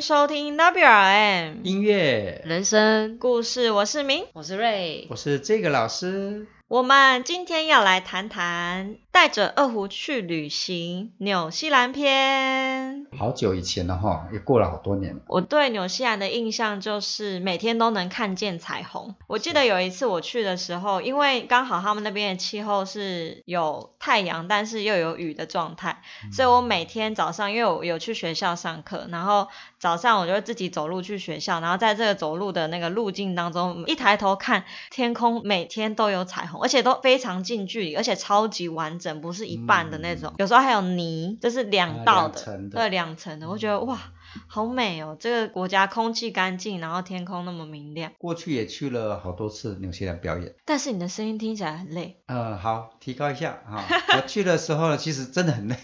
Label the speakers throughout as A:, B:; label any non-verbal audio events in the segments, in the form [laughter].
A: 收听 WRM
B: 音乐，
C: 人生，
A: 故事，我是明。
C: 我是瑞
B: 我，是这个老师。
A: 我们今天要来谈谈带着二胡去旅行纽西兰篇。
B: 好久以前了哈，也过了好多年了。
A: 我对纽西兰的印象就是每天都能看见彩虹。我记得有一次我去的时候，因为刚好他们那边的气候是有太阳，但是又有雨的状态，所以我每天早上，因为我有去学校上课，然后早上我就会自己走路去学校，然后在这个走路的那个路径当中，一抬头看天空，每天都有彩虹，而且都非常近距离，而且超级完整，不是一半的那种，有时候还有泥，就是两道的，
B: 啊两层的嗯
A: 对，两层的，我觉得哇，好美哦！这个国家空气干净，然后天空那么明亮，
B: 过去也去了好多次纽西兰表演。
A: 但是你的声音听起来很累，
B: 呃，好，提高一下哈。我去的时候呢，其实真的很累，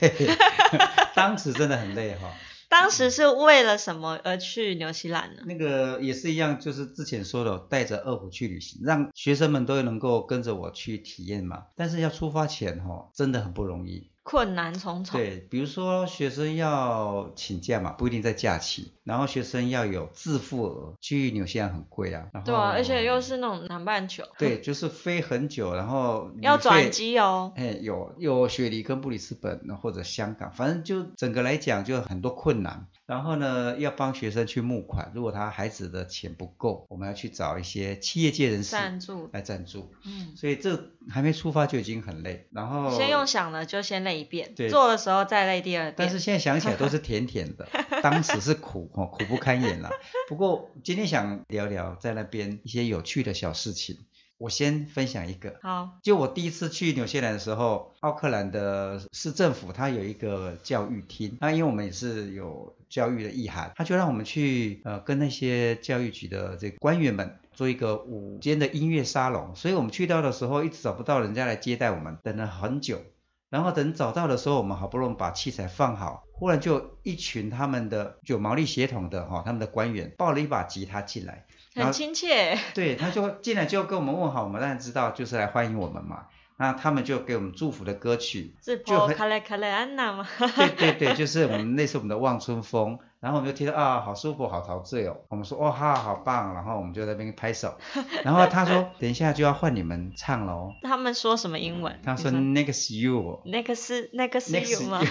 B: [laughs] 当时真的很累哈。
A: 当时是为了什么而去纽西兰呢？
B: 那个也是一样，就是之前说的，带着二胡去旅行，让学生们都能够跟着我去体验嘛。但是要出发前哈、真的很不容易。
A: 困难重重，
B: 对，比如说学生要请假嘛，不一定在假期，然后学生要有自付额，去纽西兰很贵啊。然后
A: 对啊，而且又是那种南半球，
B: 对，就是飞很久，然后旅
A: 要转
B: 费
A: 机哦。
B: 哎，有有雪梨跟布里斯本或者香港，反正就整个来讲就很多困难。然后呢，要帮学生去募款，如果他孩子的钱不够，我们要去找一些企业界人士
A: 赞助，
B: 来赞助。
A: 嗯，
B: 所以这还没出发就已经很累，然后
A: 先用想了就先累一遍，
B: 对
A: 做的时候再累第二遍。
B: 但是现在想起来都是甜甜的，当时是苦哦，苦不堪言啦。不过今天想聊聊在那边一些有趣的小事情，我先分享一个。
A: 好，
B: 就我第一次去纽西兰的时候，奥克兰的市政府它有一个教育厅，那因为我们也是有教育的意涵，他就让我们去呃跟那些教育局的这个官员们做一个午间的音乐沙龙，所以我们去到的时候一直找不到人家来接待我们，等了很久。然后等找到的时候，我们好不容易把器材放好，忽然就一群他们的有毛利血统的哈、他们的官员抱了一把吉他进来，然
A: 很
B: 后
A: 亲切， [laughs]
B: 对，他就进来就跟我们问好，我们当然知道就是来欢迎我们嘛。那他们就给我们祝福的
A: [laughs]
B: 歌曲，
A: 是
B: 就
A: Po
B: 很
A: 卡莱卡莱安娜吗？ [laughs]
B: 对对对，就是我们那是我们的望春风。然后我们就听到啊，好舒服，好陶醉哦。我们说哦哈，好棒。然后我们就在那边
A: [laughs]
B: 拍手。然后他说，等一下就要换你们唱了哦。
A: 他们说什么英文？
B: 他说
A: 你
B: next you 哦。
A: 那个是那个是
B: Next
A: you 吗？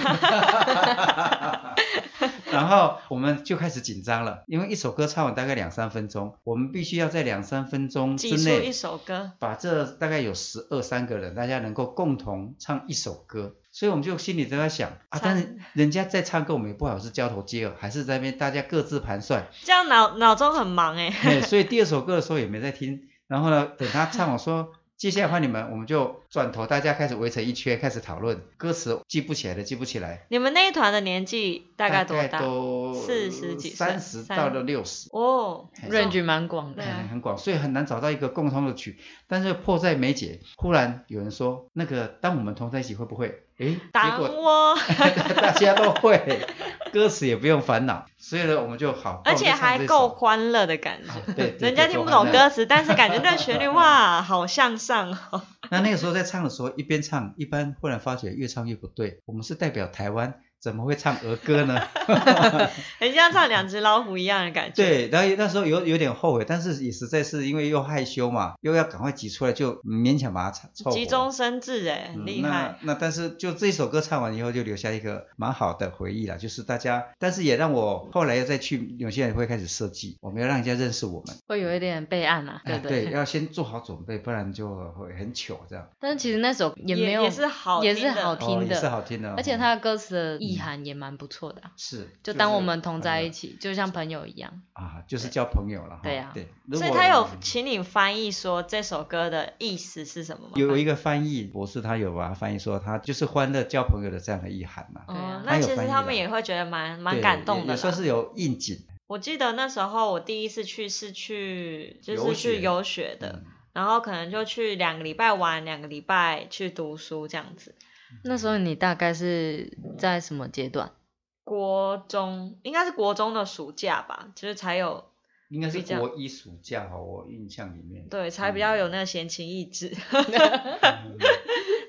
B: 然后我们就开始紧张了，因为一首歌唱完大概两三分钟，我们必须要在两三分钟 [laughs] 之
A: 挤出
B: 内
A: 一首歌，
B: 把这大概有十二三个人，大家能够共同唱一首歌，所以我们就心里都在想啊，
A: 唱
B: 但是人家在唱歌，我们也不好是交头接耳，还是在那边大家各自盘算，
A: 这样脑脑中很忙哎、
B: 嘿所以第二首歌的时候也没在听。然后呢，等他唱我说接下来换你们，我们就转头，大家开始围成一圈，开始讨论歌词记不起来的记不起来，
A: [laughs] 你们那一团的年纪大概多大？
B: 都
A: 40几岁
B: 三十
A: 三
B: 到了六十。
A: 哦
B: 嘿
A: 这
C: range
A: 种
C: 蛮广
A: 对
C: 的，
A: 啊
B: 很很广，所以很难找到一个共通的曲。但是迫在眉睫，忽然有人说，那个当我们同在一起会不会？诶，结
A: 挡
B: 果
A: 我，
B: [laughs] 大家都会，歌词也不用烦恼，所以呢，我们就好，
A: [laughs] 而且还够欢乐的感
B: 哦不
A: 觉。
B: 然我们就唱这首。对，对
A: 人家听不懂。
B: 对够
A: 歌
B: 欢
A: 词，但是感觉那旋律哇， [laughs] 好向上哦。 [laughs]
B: 乐那那个时候在唱的时候，一边唱，一般忽然发觉越唱越不对。我们是代表台湾，怎么会唱儿歌
A: [laughs]
B: 呢？
A: 很像唱两只老虎一样的感觉。
B: 对，然后那时候有有点后悔，但是也实在是因为又害羞嘛，又要赶快挤出来，就勉强把它唱凑合。
A: 急中生智哎，
B: 嗯
A: 很厉害。
B: 那那但是就这首歌唱完以后，就留下一个蛮好的回忆啦，就是大家，但是也让我后来要再去，有些人会开始设计，我们要让人家认识我们，
C: 会有一点备案啊，对
B: 哎
C: 不对？
B: 要先做好准备，不然就会很糗这样。
C: 但其实那首也没有，
A: 也是好听的
C: 也是好
B: 哦，
C: 听
B: 也
C: 的，
B: 是好听的，
C: 而且它的歌词的意涵也蛮不错的啊、
B: 是
C: 就当我们同在一
B: 起
C: 起，就像朋友一样。
B: 啊，就是交朋友了哈。
C: 对啊
B: 对，如
A: 所以
B: 果嗯
A: 他有请你翻译说这首歌的意思是什么吗？
B: 有有一个翻译博士，他有把它翻译说，他就是欢乐交朋友的这样的意涵嘛。
C: 对
A: 哦
C: 啊，
A: 那
B: 他有
A: 其实
B: 翻译
A: 他
B: 的
A: 们也会觉得蛮蛮
B: 对
A: 感动
B: 也
A: 的
B: 也算
A: 啦。
B: 是有应景
A: 我记得那时候我第一次去是去就是
B: 游
A: 去
B: 学
A: 游学的
B: 嗯，
A: 然后可能就去两个礼拜玩，两个礼拜去读书这样子。
C: 那时候你大概是在什么阶段？
A: 国中应该是国中的暑假吧，就是才有
B: 应该是
A: 比较
B: 国一暑假哈，我印象里面。嗯
A: 对才比较有那个闲情逸致。 [laughs]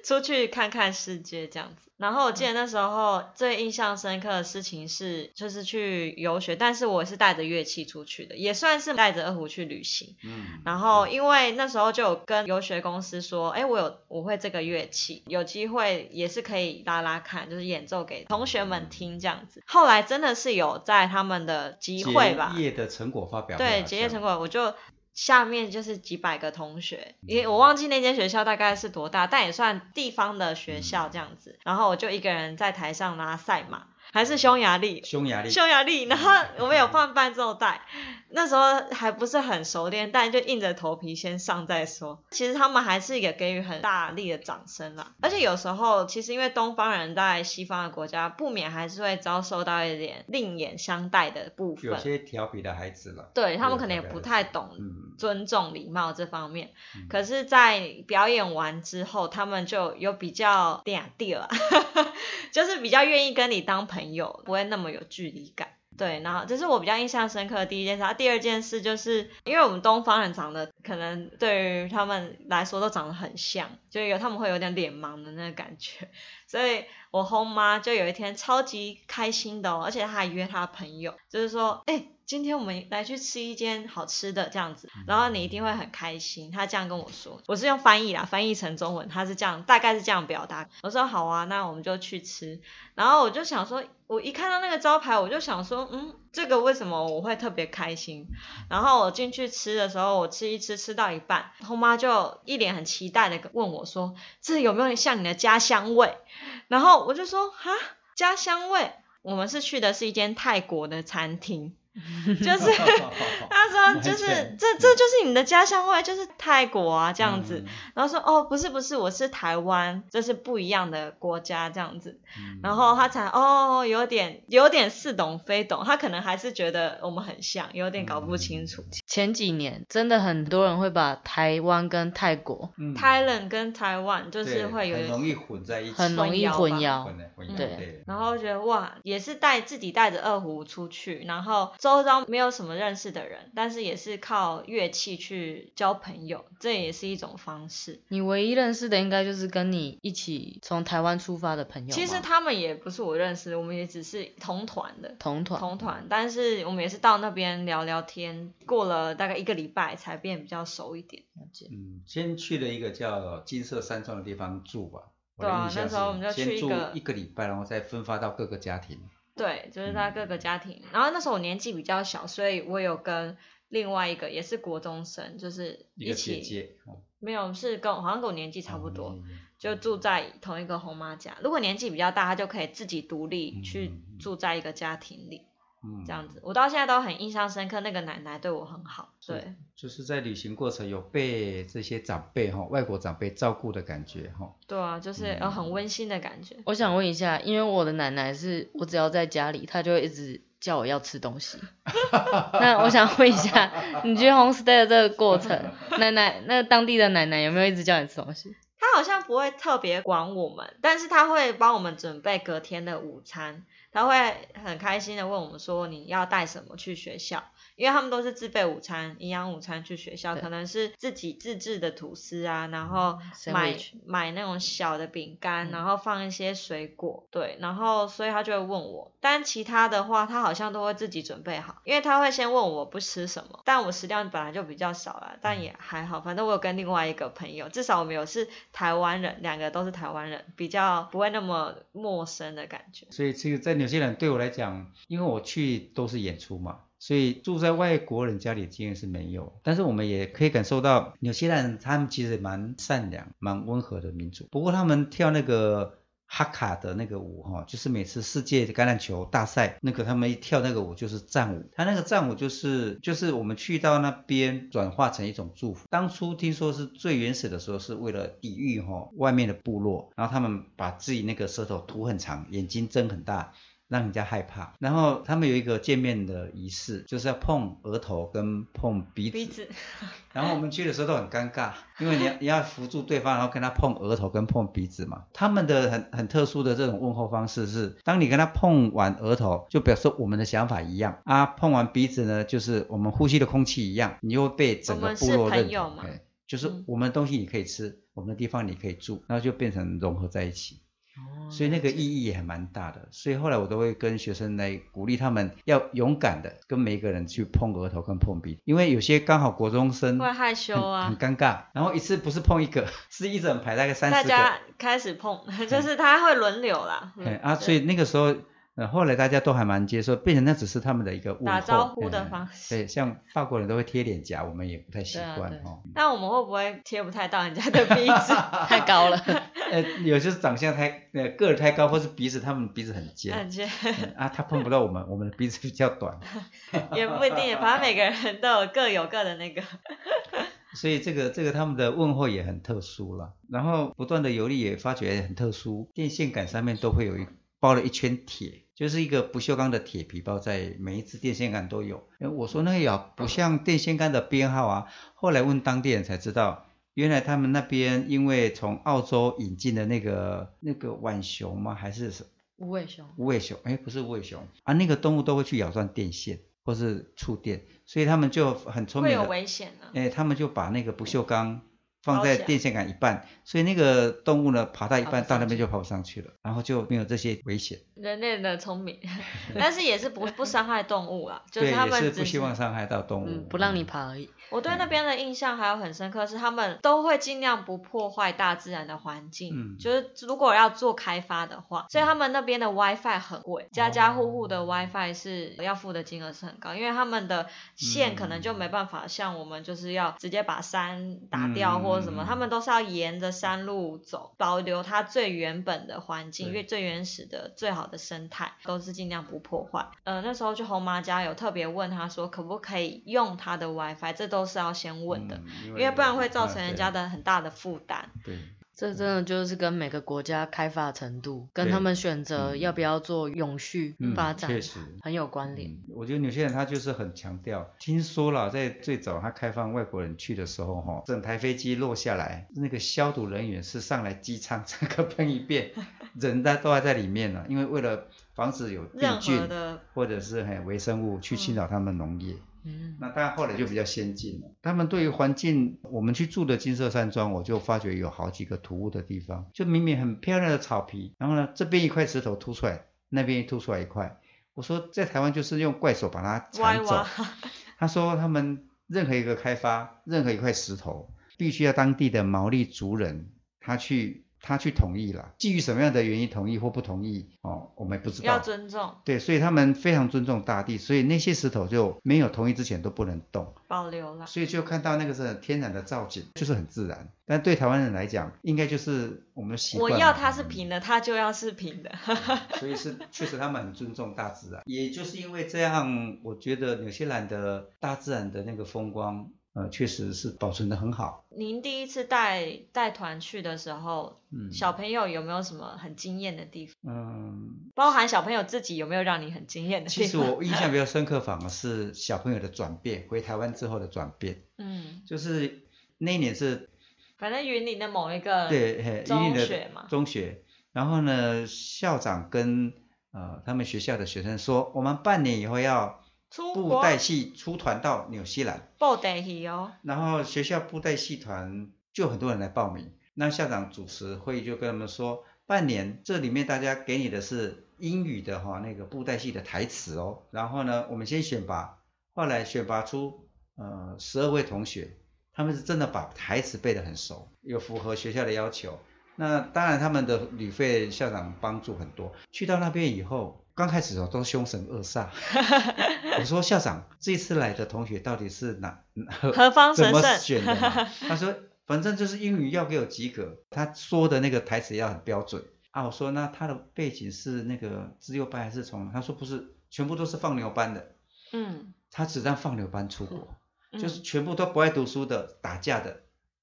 A: 出去看看世界这样子。然后我记得那时候最印象深刻的事情是，就是去游学，但是我是带着乐器出去的，也算是带着二胡去旅行。
B: 嗯，
A: 然后因为那时候就有跟游学公司说，哎，我有我会这个乐器，有机会也是可以拉拉看，就是演奏给同学们听这样子。后来真的是有在他们的集会吧，
B: 结业的成果发表会好啊
A: 对，
B: 像
A: 结业成果，我就下面就是几百个同学，也我忘记那间学校大概是多大，但也算地方的学校这样子。然后我就一个人在台上拉赛马，还是匈牙利。
B: 匈牙利
A: 匈牙利，然后我们有放伴奏带，那时候还不是很熟练，但就硬着头皮先上再说。其实他们还是也给予很大力的掌声啦，而且有时候其实因为东方人在西方的国家不免还是会遭受到一点另眼相待的部分
B: 有，些调皮的孩子了，
A: 对他
B: 有
A: 们可能也
B: 调皮
A: 不
B: 的
A: 太
B: 孩子
A: 懂
B: 嗯，
A: 尊重礼貌这方面。
B: 嗯 [laughs]
A: 可是，在表演完之后，他们就有比较嗲地了，啊 [laughs] 就是比较愿意跟你当朋友，不会那么有距离感。对，然后这是我比较印象深刻的第一件事。啊、第二件事就是，因为我们东方人长得可能对于他们来说都长得很像，就有他们会有点脸盲的那个感觉，所以我后妈就有一天超级开心的、哦，而且她还约她朋友，就是说，哎、今天我们来去吃一间好吃的这样子，然后你一定会很开心。她这样跟我说，我是用翻译啦，翻译成中文，她是这样，大概是这样表达。我说好啊，那我们就去吃。然后我就想说，我一看到那个招牌，我就想说，嗯，这个为什么我会特别开心？然后我进去吃的时候，我吃一吃，吃到一半，后妈就一脸很期待的问我说，这有没有像你的家乡味？然后我就说哈，家乡味。我们是去的是一间泰国的餐
B: [laughs]
A: 厅，就是他说就
B: 完
A: 是
B: 全
A: 这这就是你的家乡味，就是泰国啊这样子。
B: 嗯
A: 然后说哦不是不是，我是台湾，这是不一样的国家这样子。
B: 嗯
A: 然后他才哦有点有点似懂非懂，他可能还是觉得我们很像，有点搞不清楚。
B: 嗯
C: 前几年真的很多人会把台湾跟泰国
B: 嗯
A: Thailand 跟台湾就是
B: 对
A: 会有
B: 很容
A: 一
B: 易混在一起，
C: 很容易
A: 混
C: 混
A: 淆
C: 淆
B: 混，的混淆
A: 嗯
B: 对，
A: 然后觉得哇，也是带自己带着二胡出去，然后周遭没有什么认识的人，但是也是靠乐器去交朋友，这也是一种方式。
C: 你唯一认识的应该就是跟你一起从台湾出发的朋友吧，
A: 其实他们也不是我认识，我们也只是同团的。
C: 同团
A: 同团，但是我们也是到那边聊聊天，过了大概一个礼拜才变比较熟一点。
C: 了解
B: 嗯，先去了一个叫金色山庄的地方住吧。我的
A: 对啊
B: 印象
A: 那时候
B: 是
A: 我们就去
B: 先
A: 一
B: 住
A: 个
B: 一个礼拜，然后再分发到各个家庭。
A: 对，就是在各个家庭。然后那时候我年纪比较小，所以我有跟另外一个也是国中生，就是
B: 一
A: 一
B: 个
A: 起
B: 姐姐，哦
A: 没有是跟我好像跟我年纪差不多，。
B: 嗯
A: 就住在同一个红妈家。如果年纪比较大，他就可以自己独立
B: 嗯
A: 去
B: 嗯嗯
A: 住在一个家庭里，
B: 嗯
A: 这样子。我到现在都很印象深刻，那个奶奶对我很好，
B: 是
A: 对，
B: 就是在旅行过程有被这些长辈哈，外国长辈照顾的感觉哦哈。
A: 对啊，就是
B: 嗯
A: 有很温馨的感觉。
C: 我想问一下，因为我的奶奶是我只要在家里，她就会一直叫我要吃
B: [laughs]
C: 东西。那我想问一下，你去 homestay 的这个过程，奶奶那当地的奶奶有没有一直叫你吃东西？
A: 她好像不会特别管我们，但是她会帮我们准备隔天的午餐，她会很开心的问我们说你要带什么去学校，因为他们都是自备午餐、营养午餐去学校，
C: 对嗯
A: 可能是自己自制的吐司啊，然后买
C: Sandwich
A: 买那种小的饼干，
C: 嗯
A: 然后放一些水果，对，然后所以他就会问我，但其他的话他好像都会自己准备好，因为他会先问我不吃什么，但我食量本来就比较少啦，
C: 嗯
A: 但也还好，反正我有跟另外一个朋友，至少我们有是台湾人，两个都是台湾人，比较不会那么陌生的感觉。
B: 所以这个在纽西兰对我来讲，因为我去都是演出嘛，所以住在外国人家里的经验是没有。但是我们也可以感受到，纽西兰他们其实蛮善良、蛮温和的民族。不过他们跳那个哈卡的那个舞哈，就是每次世界橄榄球大赛那个他们一跳那个舞就是战舞，他那个战舞就是就是我们去到那边转化成一种祝福。当初听说是最原始的时候是为了抵御哈外面的部落，然后他们把自己那个舌头涂很长，眼睛睁很大。让人家害怕，然后他们有一个见面的仪式，就是要碰额头跟碰
A: 鼻子，
B: 然后我们去的时候都很
A: [laughs]
B: 尴尬，因为你要你要扶住对方，然后跟他碰额头跟碰鼻子嘛。他们的很很特殊的这种问候方式是，当你跟他碰完额头，就表示我们的想法一样啊；碰完鼻子呢，就是我们呼吸的空气一样，你就会被整
A: 我
B: 个
A: 们
B: 部
A: 是
B: 落认
A: 朋友
B: 同
A: 嘛
B: 哎就是
C: 嗯
B: 我们的东西你可以吃，我们的地方你可以住，然后就变成融合在一起。
C: 哦
B: 所以那个意义也还蛮大的。所以后来我都会跟学生来鼓励他们要勇敢的跟每一个人去碰额头跟碰鼻，因为有些刚好国中生
A: 会
B: 很
A: 害羞啊
B: 很。尴尬，然后一次不是碰一个，是一整排大概嗯三
A: 大
B: 十个，嗯
A: 家开始碰， [laughs] 就是他会轮流啦。嗯
B: 哎啊，
A: 对
B: 所以那个时候。呃，后来大家都还蛮接受，变成那只是他们的一个问候
A: 打招呼的
B: 嗯
A: 方式
B: 对，像法国人都会贴脸颊，我们也不太习
C: 对啊
B: 惯
C: 对
B: 哦。
A: 那我们会不会贴不太到人家的鼻
B: [laughs]
A: 子？
C: 太高了，
B: 呃，有些是长相太呃个儿太高，或是鼻子，他们鼻子很尖、
A: 感觉
B: [laughs] 嗯啊，他碰不到我们，我们的鼻子比较短。
A: 也不一定，反正每个人都有各有各的那个。
B: 所以这个这个他们的问候也很特殊了，然后不断的游历也发觉也很特殊，电线杆上面都会有一包了一圈铁，就是一个不锈钢的铁皮包在每一只电线杆都有。哎，我说那个也不像电线杆的编号啊，后来问当地人才知道。原来他们那边因为从澳洲引进的那个那个浣熊吗？还是什
C: 无尾熊，
B: 无尾熊，哎，不是无尾熊啊，那个动物都会去咬断电线或是触电，所以他们就很聪
A: 会
B: 明
A: 有
B: 的
A: 危险啊呢、
B: 哎、他们就把那个不锈钢放
A: 包
B: 在
A: 起来
B: 电线杆一半，所以那个动物呢爬到一
C: 爬
B: 半
C: 不
B: 到
C: 上
B: 那边就爬不上去了，然后就没有这些危险。
A: 人类的聪
B: [laughs]
A: 明，但是也是不不伤害动物啦，就
B: 对，
A: 他
B: 也
A: 们
B: 是
A: 只
B: 不希望伤害到动物，
C: [laughs] 嗯，不让你
B: 嗯。
C: 爬而已。
A: 我对那边的印象还有很深刻是，他们都会尽量不破坏大自然的环境。
B: 嗯
A: 就是如果要做开发的话，所以他们那边的 WiFi 很贵，家家户户
B: 哦
A: 的 WiFi 是要付的金额是很高，因为他们的线可能就
B: 嗯
A: 没办法像我们就是要直接把山打掉
B: 嗯
A: 或者什么，
B: 嗯
A: 他们都是要沿着山路走，保留它最原本的环境，
B: 对
A: 因为最原始的、最好的生态都是尽量不破坏。呃，那时候去红妈家有特别问他说，可不可以用他的 WiFi，这都是要先问的，
B: 嗯
A: 因为不然会造成
B: 啊
A: 人家
B: 对
A: 的很大的负担。
B: 对
C: 这真的就是跟每个国家开发程度，跟
B: 对
C: 他们选择
B: 嗯
C: 要不要做永续
B: 嗯
C: 发展
B: 确实
C: 很有关联。
B: 嗯我觉得纽西兰他就是很强调，听说了，在最早他开放外国人去的时候，哈，整台飞机落下来，那个消毒人员是上来机舱整个喷一遍， [laughs] 人家都还在里面呢，因为为了防止有病
A: 任
B: 菌
A: 何的嗯
B: 或者是很微生物去侵扰他们农业。
C: 嗯， [laughs]
B: 那当然后来就比较先进了。他们对于环境，我们去住的金色山庄，我就发觉有好几个突兀的地方，就明明很漂亮的草皮，然后呢这边一块石头凸出来，那边一凸出来一块。我说在台湾就是用怪手把它
A: 歪
B: 铲走
A: 挖。，
B: 他说他们任何一个开发，任何一块石头，必须要当地的毛利族人他去他去同意了，基于什么样的原因同意或不同意哦，我们也不知道。
A: 要尊重、
B: 对，所以他们非常尊重大地，所以那些石头就没有同意之前都不能动，
A: 保留啦。
B: 所以就看到那个是很天然的造景，就是很自然。但对台湾人来讲，应该就是我们的习
A: 我
B: 惯嘛。
A: 要它是
B: 嗯
A: 平的，它就要是平的。
B: [laughs] 所以是确实他们很尊重大自然，也就是因为这样，我觉得纽西兰的大自然的那个风光，呃，确实是保存的很好。
A: 您第一次带带团去的时候，
B: 嗯，
A: 小朋友有没有什么很惊艳的地方？
B: 嗯，
A: 包含小朋友自己有没有让你很惊艳的
B: 其
A: 地
B: 实
A: 方？
B: 我印象比较深刻，反而是小朋友的转变，回台湾之后的转变，
A: 嗯，
B: 就是那一年是
A: 反正云林的某一个
B: 对，嘿
A: 中
B: 一定的
A: 学嘛
B: 中学。然后呢，校长跟呃他们学校的学生说，我们半年以后要
A: 出
B: 布
A: 国
B: 袋戏出团到纽西兰。
A: 布袋戏哦，
B: 然后学校布袋戏团就很多人来报名。那校长主持会议就跟他们说，半年这里面大家给你的是英语的哈、那个布袋戏的台词哦。然后呢，我们先选拔，后来选拔出呃十二位同学，他们是真的把台词背得很熟，有符合学校的要求。那当然，他们的旅费校长帮助很多。去到那边以后，刚开始的时候哦都凶神恶煞。我说校长，这次来的同学到底是哪何
A: 何方神
B: 怎么
A: 圣
B: 选的嘛？
A: [laughs]
B: 他说，反正就是英语要给我及格，他说的那个台词要很标准啊。我说，那他的背景是那个自由班还是从？他说不是，全部都是放牛班的，
A: 嗯，
B: 他只让放牛班出国。
A: 嗯
B: 就是全部都不爱读书的、打架的，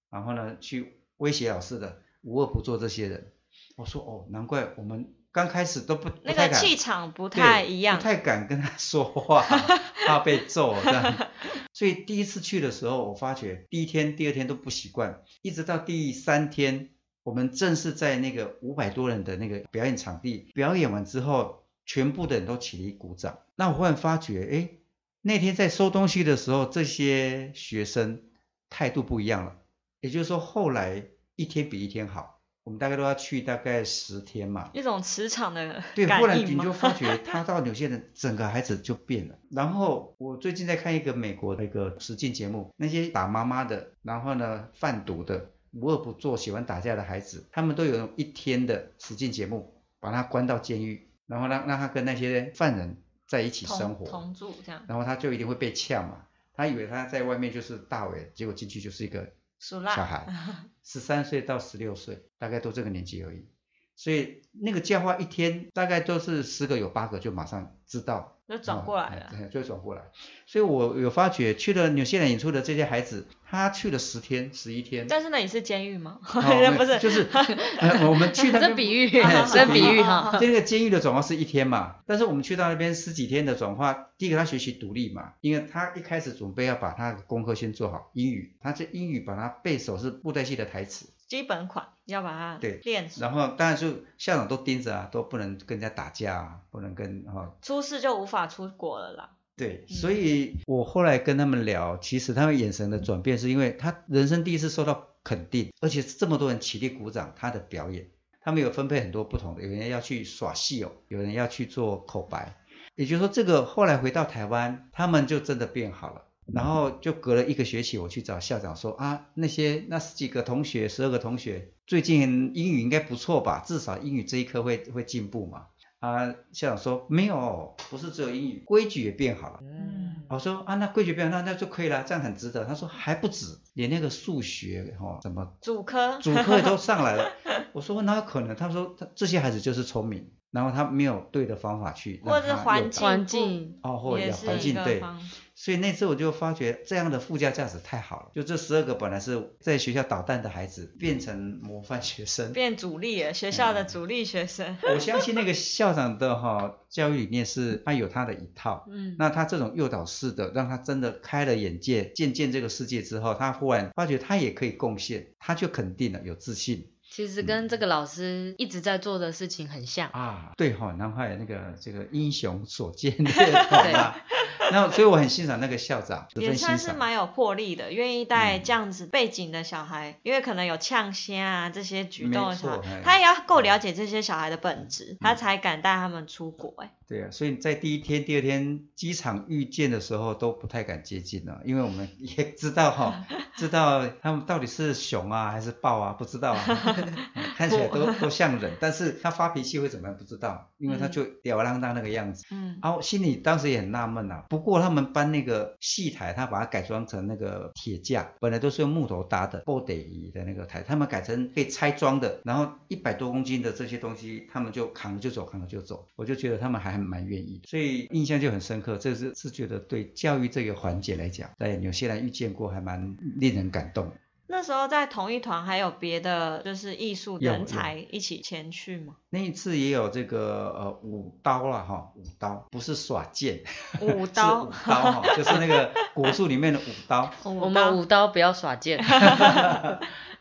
B: 然后呢去威胁老师的，无恶不作这些人。我说哦，难怪我们刚开始都不
A: 那
B: 不太
A: 个
B: 敢，
A: 气场不
B: 不
A: 太一样
B: 不，太敢跟他
A: [laughs]
B: 说话，怕被揍这样。所以第一次去的时候，我发觉第一天、第二天都不习惯，一直到第三天，我们正式在那个五百多人的那个表演场地表演完之后，全部的人都起立鼓掌。那我忽然发觉，哎，那天在收东西的时候，这些学生态度不一样了。也就是说后来一天比一天好，我们大概都要去大概十天嘛，
A: 一种磁场的
B: 对，
A: 感
B: 不然
A: 应
B: 你
A: 吗
B: 就发觉他到纽西兰整个孩子就变了。然后我最近在看一个美国的一个实境节目，那些打妈妈的，然后呢贩毒的，无恶不作、喜欢打架的孩子，他们都有那种一天的实境节目，把他关到监狱，然后让让他跟那些犯人在一起生
A: 同
B: 活，
A: 同住这样，
B: 然后他就一定会被呛嘛。他以为他在外面就是大伟，结果进去就是一个
A: 属
B: 小
A: 蜡，
B: 孩，
A: [laughs]
B: 十三岁到十六岁，大概都这个年纪而已。所以那个教化一天大概都是十个有八个就马上知道
A: 就转过来了。
B: 啊对就转过来。所以我有发觉去了纽西兰演出的这些孩子，他去了十天、十一天，
A: 但是那里是监狱吗？ [laughs]
B: 哦没有
A: 不是，
B: 就是
A: [laughs]
B: 呃我们去那
C: 这
B: 边
C: 比喻，
B: 哎
C: [laughs] 这
B: 是
C: 比喻
A: 好
C: 哈。
B: 这个监狱的转化是一天嘛，但是我们去到那边十几天的转化，第一个他学习独立嘛，因为他一开始准备要把他的功课先做好，英语，他这英语把它背熟是布袋戏的台词，
A: 基本款要把它
B: 对
A: 练熟，
B: 然后当然就校长都盯着啊，都不能跟人家打架啊，不能跟哈、哦，
A: 出事就无法出国了啦。
B: 对，
A: 嗯
B: 所以我后来跟他们聊，其实他们眼神的转变是因为他人生第一次受到肯定，而且这么多人起立鼓掌他的表演，他们有分配很多不同的，有人要去耍戏哦，有人要去做口白，也就是说这个后来回到台湾，他们就真的变好了。然后就隔了一个学期，我去找校长说啊，那些那十几个同学，十二个同学，最近英语应该不错吧？至少英语这一科会会进步嘛。啊，校长说没有，不是只有英语，规矩也变好了。
A: 嗯
B: 我说啊，那规矩变好，那那就可以了，这样很值得。他说还不止，连那个数学哦，什么
A: 主科
B: 主课都上
A: [laughs]
B: 来了。我说哪有可能？他说他这些孩子就是聪明，然后他没有对的方法去让
A: 或者是
B: 他
A: 环
B: 诱导
A: 境
C: 环境，
B: 哦，或者
A: 也
B: 叫
A: 是
B: 环
A: 一
B: 境
A: 个
B: 对，
A: 方法。
B: 所以那次我就发觉这样的附加价值太好了，就这十二个本来是在学校捣蛋的孩子变成模范学生。
A: 变主力了，学校的主力学生。
B: 我相信那个校长的哈、教育理念是他有他的一套，
C: 嗯，
B: 那他这种诱导式的，让他真的开了眼界，见见这个世界之后，他忽然发觉他也可以贡献，他就肯定了，有自信
C: 其实跟这个老师一直在做的事情很像。
B: 啊，对哈、然后还有那个这个英雄所见略
A: [laughs]
B: 同啊，那所以我很欣赏那个校长，十
A: 也
B: 分嗯欣
A: 算是
B: 赏。
A: 蛮有魄力的，愿意带
B: 嗯
A: 这样子背景的小孩，因为可能有呛虾啊这些举动的小
B: 没错
A: 孩
B: 哎，嗯
A: 他也要够了解这些小孩的本质，他才敢带他们出国、哎，
B: 对啊，所以在第一天、第二天机场遇见的时候都不太敢接近了，因为我们也知道哈、知道他们到底是熊啊还是豹啊，不知道啊，看起来都都像人，但是他发脾气会怎么样不知道，因为他就吊儿郎当那个样子。
A: 嗯，
B: 啊，我心里当时也很纳闷啊。不过他们搬那个戏台，他把它改装成那个铁架，本来都是用木头搭的，布袋椅的那个台，他们改成可以拆装的。然后一百多公斤的这些东西，他们就扛着就走，扛着就走。我就觉得他们还蛮愿意的，所以印象就很深刻。这是是觉得对教育这个环节来讲，在纽西兰遇见过，还蛮令人感动。
A: 那时候在同一团还有别的就是艺术
B: 有
A: 人才一起前去嘛，
B: 那一次也有这个呃舞刀啦哈，舞刀不是耍剑，
A: 舞
B: 是
A: 刀
B: 舞刀哈，就是那个国术里面的舞刀。
C: 我们舞哦刀不要耍 [laughs] 剑，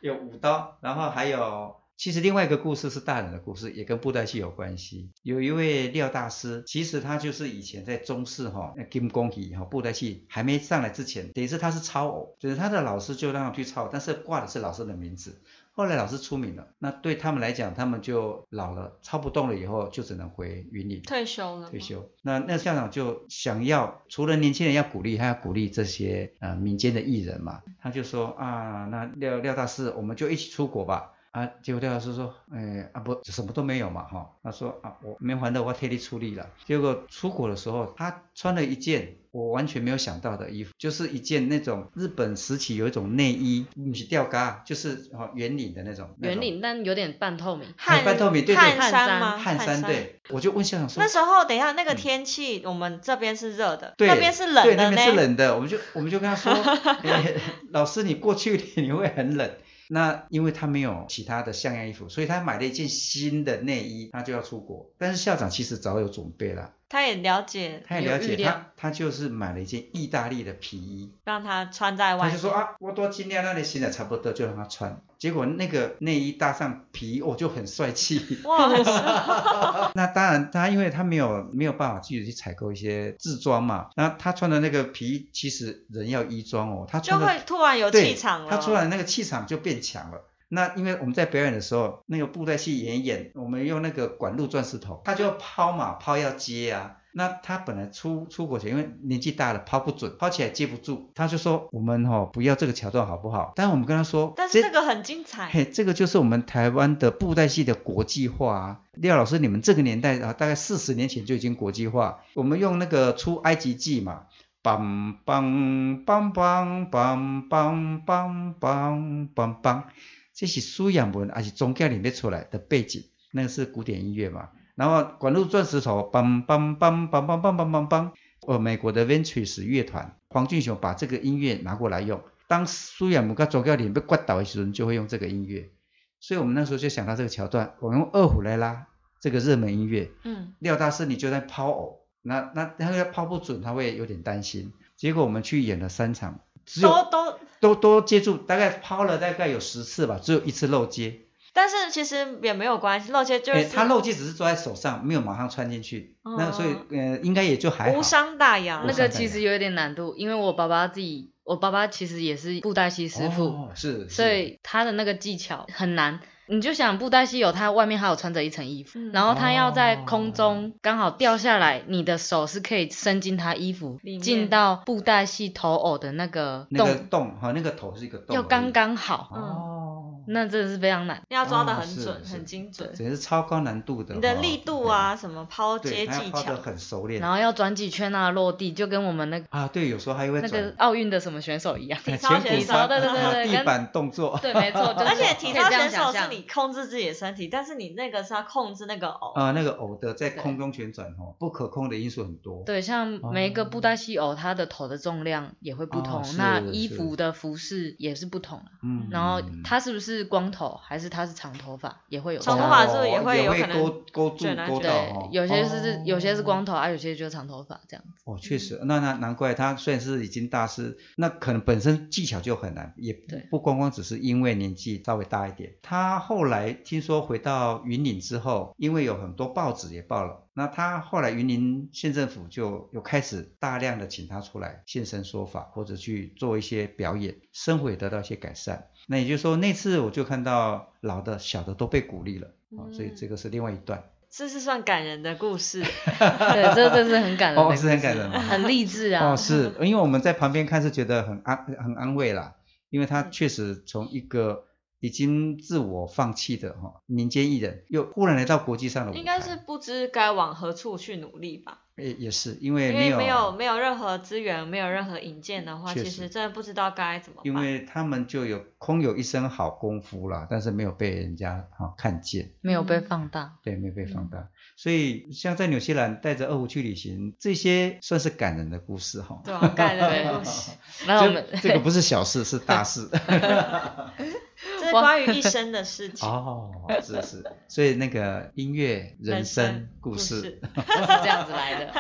B: 有舞刀，然后还有，其实另外一个故事是大人的故事，也跟布袋戏有关系。有一位廖大师，其实他就是以前在中式哈、那金公戏哈、布袋戏还没上来之前，等于是他是超偶，就是他的老师就让他去超偶，但是挂的是老师的名字。后来老师出名了，那对他们来讲，他们就老了，操不动了，以后就只能回云林。
A: 退休了吗，
B: 退休。那那校长就想要，除了年轻人要鼓励，还要鼓励这些呃民间的艺人嘛。他就说啊，那廖廖大师，我们就一起出国吧。啊，结果廖大师说，哎啊不，什么都没有嘛哈、他说啊，我没还的，我替你出力了。结果出国的时候，他穿了一件我完全没有想到的衣服，就是一件那种日本时期有一种内衣，不是吊嘎，就是哦圆领的那种。那种
C: 圆领但有点半透明。
A: 汗
B: 半透明对对
A: 汗
C: 汗
A: 衫
C: 衫
A: 吗？
B: 汗衫，对。我就问校长说
A: 那，时候等一下那个
B: 嗯
A: 天气，我们这边是热的，
B: 对，
A: 那边是冷
B: 对，
A: 的
B: 那
A: 呢，
B: 边是冷的，我们就我们就跟他说， [laughs] 哎老师你过去你会很冷。那因为他没有其他的像样衣服，所以他买了一件新的内衣，他就要出国。但是校长其实早有准备了，
A: 他也了解，
B: 他也了
C: 有预
B: 解
C: 料
B: 他，他就是买了一件意大利的皮衣，
A: 让他穿在外
B: 他啊
A: 面，
B: 就说啊，我都尽量让你现在差不多就让他穿。结果那个内衣搭上皮，我、就很帅气。 [laughs]
A: 哇，很适合
B: 那当然，他因为他没有没有办法自己去采购一些制装嘛，那他穿的那个皮，其实人要衣装哦，他
A: 就
B: 穿的
A: 会突然有
B: 对
A: 气场了。
B: 他出来的那个气场就变强了。那因为我们在表演的时候，那个布袋戏演一演，我们用那个管路钻石头，他就要抛嘛，抛要接啊。那他本来出出国前，因为年纪大了抛不准，抛起来接不住，他就说我们哦不要这个桥段好不好？但我们跟他说，
A: 但是这个很精彩，
B: 嘿，这个就是我们台湾的布袋戏的国际化啊。廖老师，你们这个年代啊，大概四十年前就已经国际化。我们用那个出埃及记嘛，梆梆梆梆梆梆梆梆梆梆，这是苏养文还是宗教里面出来的背景，那个是古典音乐嘛。然后管路钻石头，梆梆梆梆梆梆梆梆梆，呃，美国的 Ventures 乐团，黄俊雄把这个音乐拿过来用。当苏亚姆跟宗教里被刮倒的时候，就会用这个音乐。所以我们那时候就想到这个桥段，我用二胡来拉这个热门音乐。
A: 嗯，
B: 廖大师你就在抛偶，那那那个抛不准，他会有点担心。结果我们去演了三场，只有
A: 都都，
B: 都都接住，大概抛了大概有十次吧，只有一次漏接。
A: 但是其实也没有关系，露些就
B: 哎、
A: 是
B: 他漏接只是抓在手上，没有马上穿进去。
A: 哦
B: 那所以呃，应该也就还好
A: 无。伤大雅
B: 我
A: 啦
C: 那。
B: 想
C: 个
B: 起
C: 其
B: 来
C: 实有一点难度，因为我爸爸自己，我爸爸其实也是布袋戏师傅，
B: 哦、是，是
C: 所以他的那个技巧很难。你就想布袋戏有他外面还有穿着一层衣服，
A: 嗯
C: 然后他要在空中刚好掉下来，你的手是可以伸进他衣服
A: 里面
C: 进到布袋戏头偶的那个
B: 那
C: 洞，
B: 个洞哈、那个头是一个洞而已，
C: 要刚嗯刚好，
B: 哦，
C: 那真的是非常难。
A: 要抓的
B: 哦
A: 很
B: 是
A: 准，
B: 是
A: 很精准。
B: 整个是超高难度的。
A: 你的
B: 哦
A: 力度啊，，什么抛
B: 对
A: 接
B: 对，他
A: 技
B: 要抛
A: 巧
B: 得，很熟练
C: 然后要转几圈啊，落地就跟我们那个
B: 啊，对，有时候还会
C: 那个
B: 转哎
C: 奥运的什么选手一样。
A: 体操选
B: 前骨
A: 手
B: 翻，
C: 对对对
B: 啊
C: 对
B: 地
C: 跟
B: 板
A: [laughs]
B: 动作，
C: 对，没错，就是
A: 而且体操
C: 可以这样
A: 选手是
C: 想象
A: 你控制自己的身体，但是你那个是要控制那个偶，
B: 啊，那个偶的在空中旋转哦，不可控的因素很多。
C: 对，像每一个布袋戏偶，它的头的重量也会不同，
B: 哦是
C: 那衣服
B: 是
C: 的服饰也是不同啊。
B: 嗯，
C: 然后他是不是光头，还是他是长头发，也会有
A: 长
C: 差
A: 头发是不是也
B: 也
A: 会有可能
B: 勾勾住
A: 卷来
B: 勾
A: 卷
B: 到
A: 去
B: 哦
C: 对？，有些是、
B: 哦
C: 有些是光头啊，有些就是长头发这样子。
B: 哦，确实，那那难怪他虽然是已经大师，那可能本身技巧就很难，也不
C: 对
B: 不光光只是因为年纪稍微大一点。他后来听说回到云林之后，因为有很多报纸也报了，那他后来云林县政府就有开始大量的请他出来现身说法，或者去做一些表演，生活也得到一些改善。那也就是说，那次我就看到老的、小的都被鼓励了，啊、所以这个是另外一段，
A: 这是算感人的故事。
B: [laughs]
C: 对，这这是很感人的
B: 哦，
C: 故事，
B: 是很感人吗？
C: 很励志啊。
B: 哦，是
A: 嗯
B: 因为我们在旁边看是觉得很安很安慰啦，因为他
A: 嗯
B: 确实从一个已经自我放弃的哈、民间艺人，又忽然来到国际上的舞台，
A: 应该是不知该往何处去努力吧，
B: 也也是因为
A: 因
B: 哎
A: 为
B: 没有
A: 没有没有任何资源，没有任何引荐的话，
B: 确
A: 其
B: 实
A: 实真的不知道该怎么
B: 因
A: 办。
B: 为他们就有空有一身好功夫啦，但是没有被人家哈、看见，
C: 没有被放大。
B: 对，没有被放
A: 嗯
B: 大，所以像在纽西兰带着二胡去旅行，这些算是感人的故事哈、
A: 对啊，感人的故事，
C: 然后我
B: 这
C: 们 [laughs]
B: 这个不是小事，是大事。
A: [laughs] 这是关于一生的事情。
B: 哦，是是，所以那个音乐、人生
A: 生、
B: 故事
C: 是这样子来
B: [laughs]
C: 的。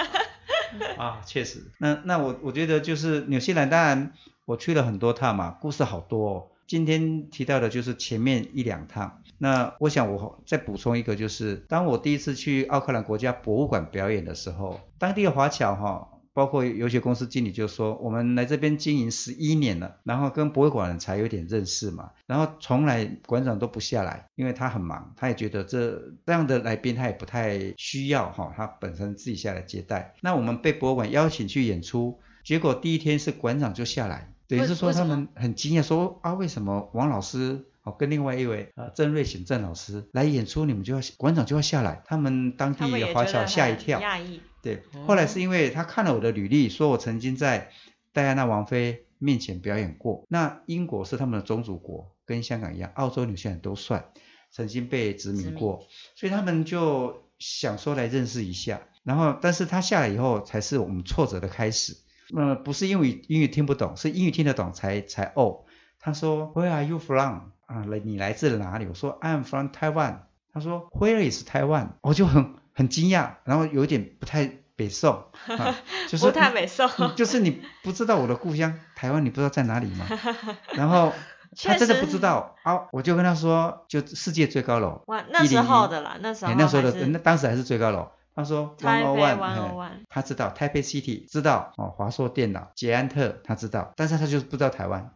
B: 啊，确 [laughs] 实。那那我我觉得就是纽西兰，当然我去了很多趟嘛，故事好多哦。今天提到的就是前面一两趟。那我想我再补充一个，就是当我第一次去奥克兰国家博物馆表演的时候，当地的华侨哈、包括游学公司经理就说，我们来这边经营十一年了，然后跟博物馆才有点认识嘛，然后从来馆长都不下来，因为他很忙，他也觉得这这样的来宾他也不太需要哈、他本身自己下来接待。那我们被博物馆邀请去演出，结果第一天是馆长就下来，等于
C: 为
B: 是说
C: 为什
B: 他
C: 么
B: 们很惊讶说啊，为什么王老师？哦，跟另外一位呃郑瑞显郑老师来演出，你们就要馆长就要下来，他们当
A: 他
B: 地
A: 们也
B: 的
A: 觉
B: 华
A: 得
B: 侨
A: 很
B: 吓一跳，
A: 讶异，
B: 对
C: 哦，
B: 后来是因为他看了我的履历，说我曾经在戴安娜王妃面前表演过。那英国是他们的宗主国，跟香港一样，澳洲、纽西兰都算，曾经被殖
C: 殖
B: 民
C: 民
B: 过，所以他们就想说来认识一下。然后，但是他下来以后，才是我们挫折的开始。那、不是英语英语听不懂，是英语听得懂才才哦。他说 Where are you from？啊，来你来自哪里？我说 I'm from Taiwan。他说 Where is Taiwan？我就很很惊讶，然后有点不太北宋，啊、嗯就是
A: 不太美受。 [laughs]
B: 你就是你不知道我的故乡台湾，你不知道在哪里吗？然后
A: 确
B: 他
A: 实
B: 真的不知道啊，我就跟他说，就世界最高楼，
A: [laughs] 哇，那时候的啦，那时候
B: 哎那时候
A: 还
B: 的
A: 是
B: 那当时还是最高楼。他说 one
A: 台北
B: o one，
A: 101
B: 他知道台北 City 知道哦，华硕电脑、捷安特他知道，但是他就是不知道台湾。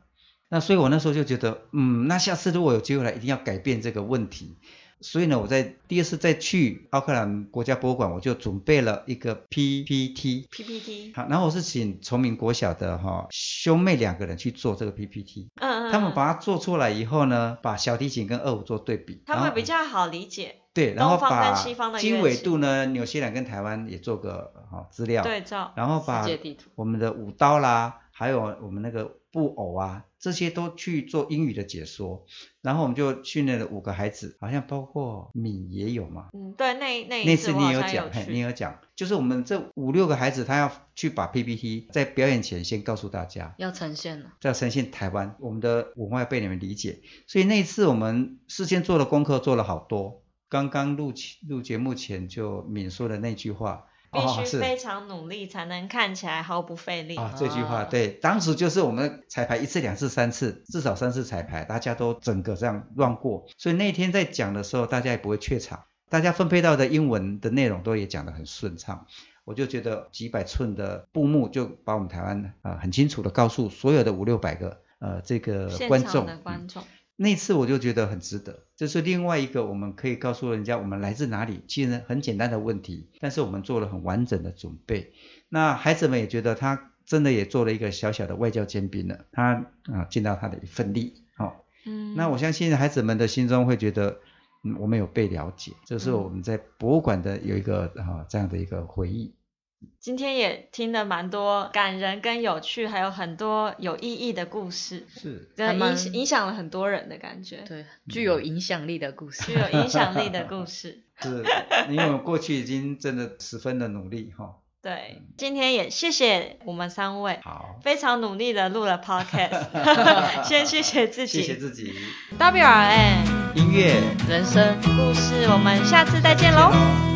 B: 那所以我那时候就觉得，嗯，那下次如果有机会来，一定要改变这个问题。所以呢，我在第二次再去奥克兰国家博物馆，我就准备了一个 PPT，
A: PPT，
B: 好，然后我是请崇明国小的哈、兄妹两个人去做这个 PPT，
A: 嗯嗯，
B: 他
A: 嗯
B: 们把它做出来以后呢，把小提琴跟二胡做对比，
A: 他
B: 然
A: 们
B: 后
A: 比较好理解
B: 对，然后
A: 东方
B: 把
A: 跟西方的乐器
B: 经纬度呢，纽西兰跟台湾也做个好、资料，
A: 对照，
B: 然后把
C: 世界地图
B: 我们的舞刀啦，还有我们那个布偶啊，这些都去做英语的解说，然后我们就训练了五个孩子，好像包括敏也有嘛，
A: 嗯，对，那那
B: 那
A: 一
B: 次
A: 我
B: 你
A: 好
B: 也有
A: 像
B: 讲，嘿，你也
A: 去，
B: 有讲，就是我们这五六个孩子，他要去把 PPT 在表演前先告诉大家，
C: 要呈现了，
B: 再呈现台湾我们的文化被你们理解。所以那一次我们事先做的功课做了好多，刚刚录起录节目前就敏说的那句话，
A: 必
B: 哦
A: 须
B: 是
A: 非常努力才能看起来毫不费力。哦
B: 啊，这句
C: 啊
B: 话对，当时就是我们彩排一次、两次、三次，至少三次彩排，大家都整个这样乱过，所以那天在讲的时候，大家也不会怯场，大家分配到的英文的内容都也讲得很顺畅。我就觉得几百寸的布幕就把我们台湾啊、呃很清楚的告诉所有的五六百个呃这个
A: 现
B: 观
A: 场
B: 众，
A: 的观众，
B: 那次我就觉得很值得，这是另外一个我们可以告诉人家我们来自哪里，其实很简单的问题，但是我们做了很完整的准备。那孩子们也觉得他真的也做了一个小小的外交尖兵了，他啊、尽到他的一份力。好、
A: 嗯，
B: 那我相信孩子们的心中会觉得，嗯，我们有被了解，这是
A: 嗯
B: 我们在博物馆的有一个啊、这样的一个回忆。
A: 今天也听了蛮多感人跟有趣，还有很多有意义的故事，
B: 是，
A: 真
C: 还
A: 的
C: 蛮
A: 影响影响了很多人的感觉，
C: 对，
B: 嗯
C: 具有影响力的故
A: 具
C: 事。
A: 有影响力的故
C: [laughs]
A: 事。
B: 是，因为我过去已经真的十分的努力哈、
A: 对，今天也谢谢我们三位，
B: 好， [laughs]
A: 非常努力的录
C: [laughs]
A: 了 podcast，先谢谢自己
B: 谢谢自己，
A: w r n
B: 音乐。
C: 人生。
A: 故事，我们下次再见喽。
B: 喽。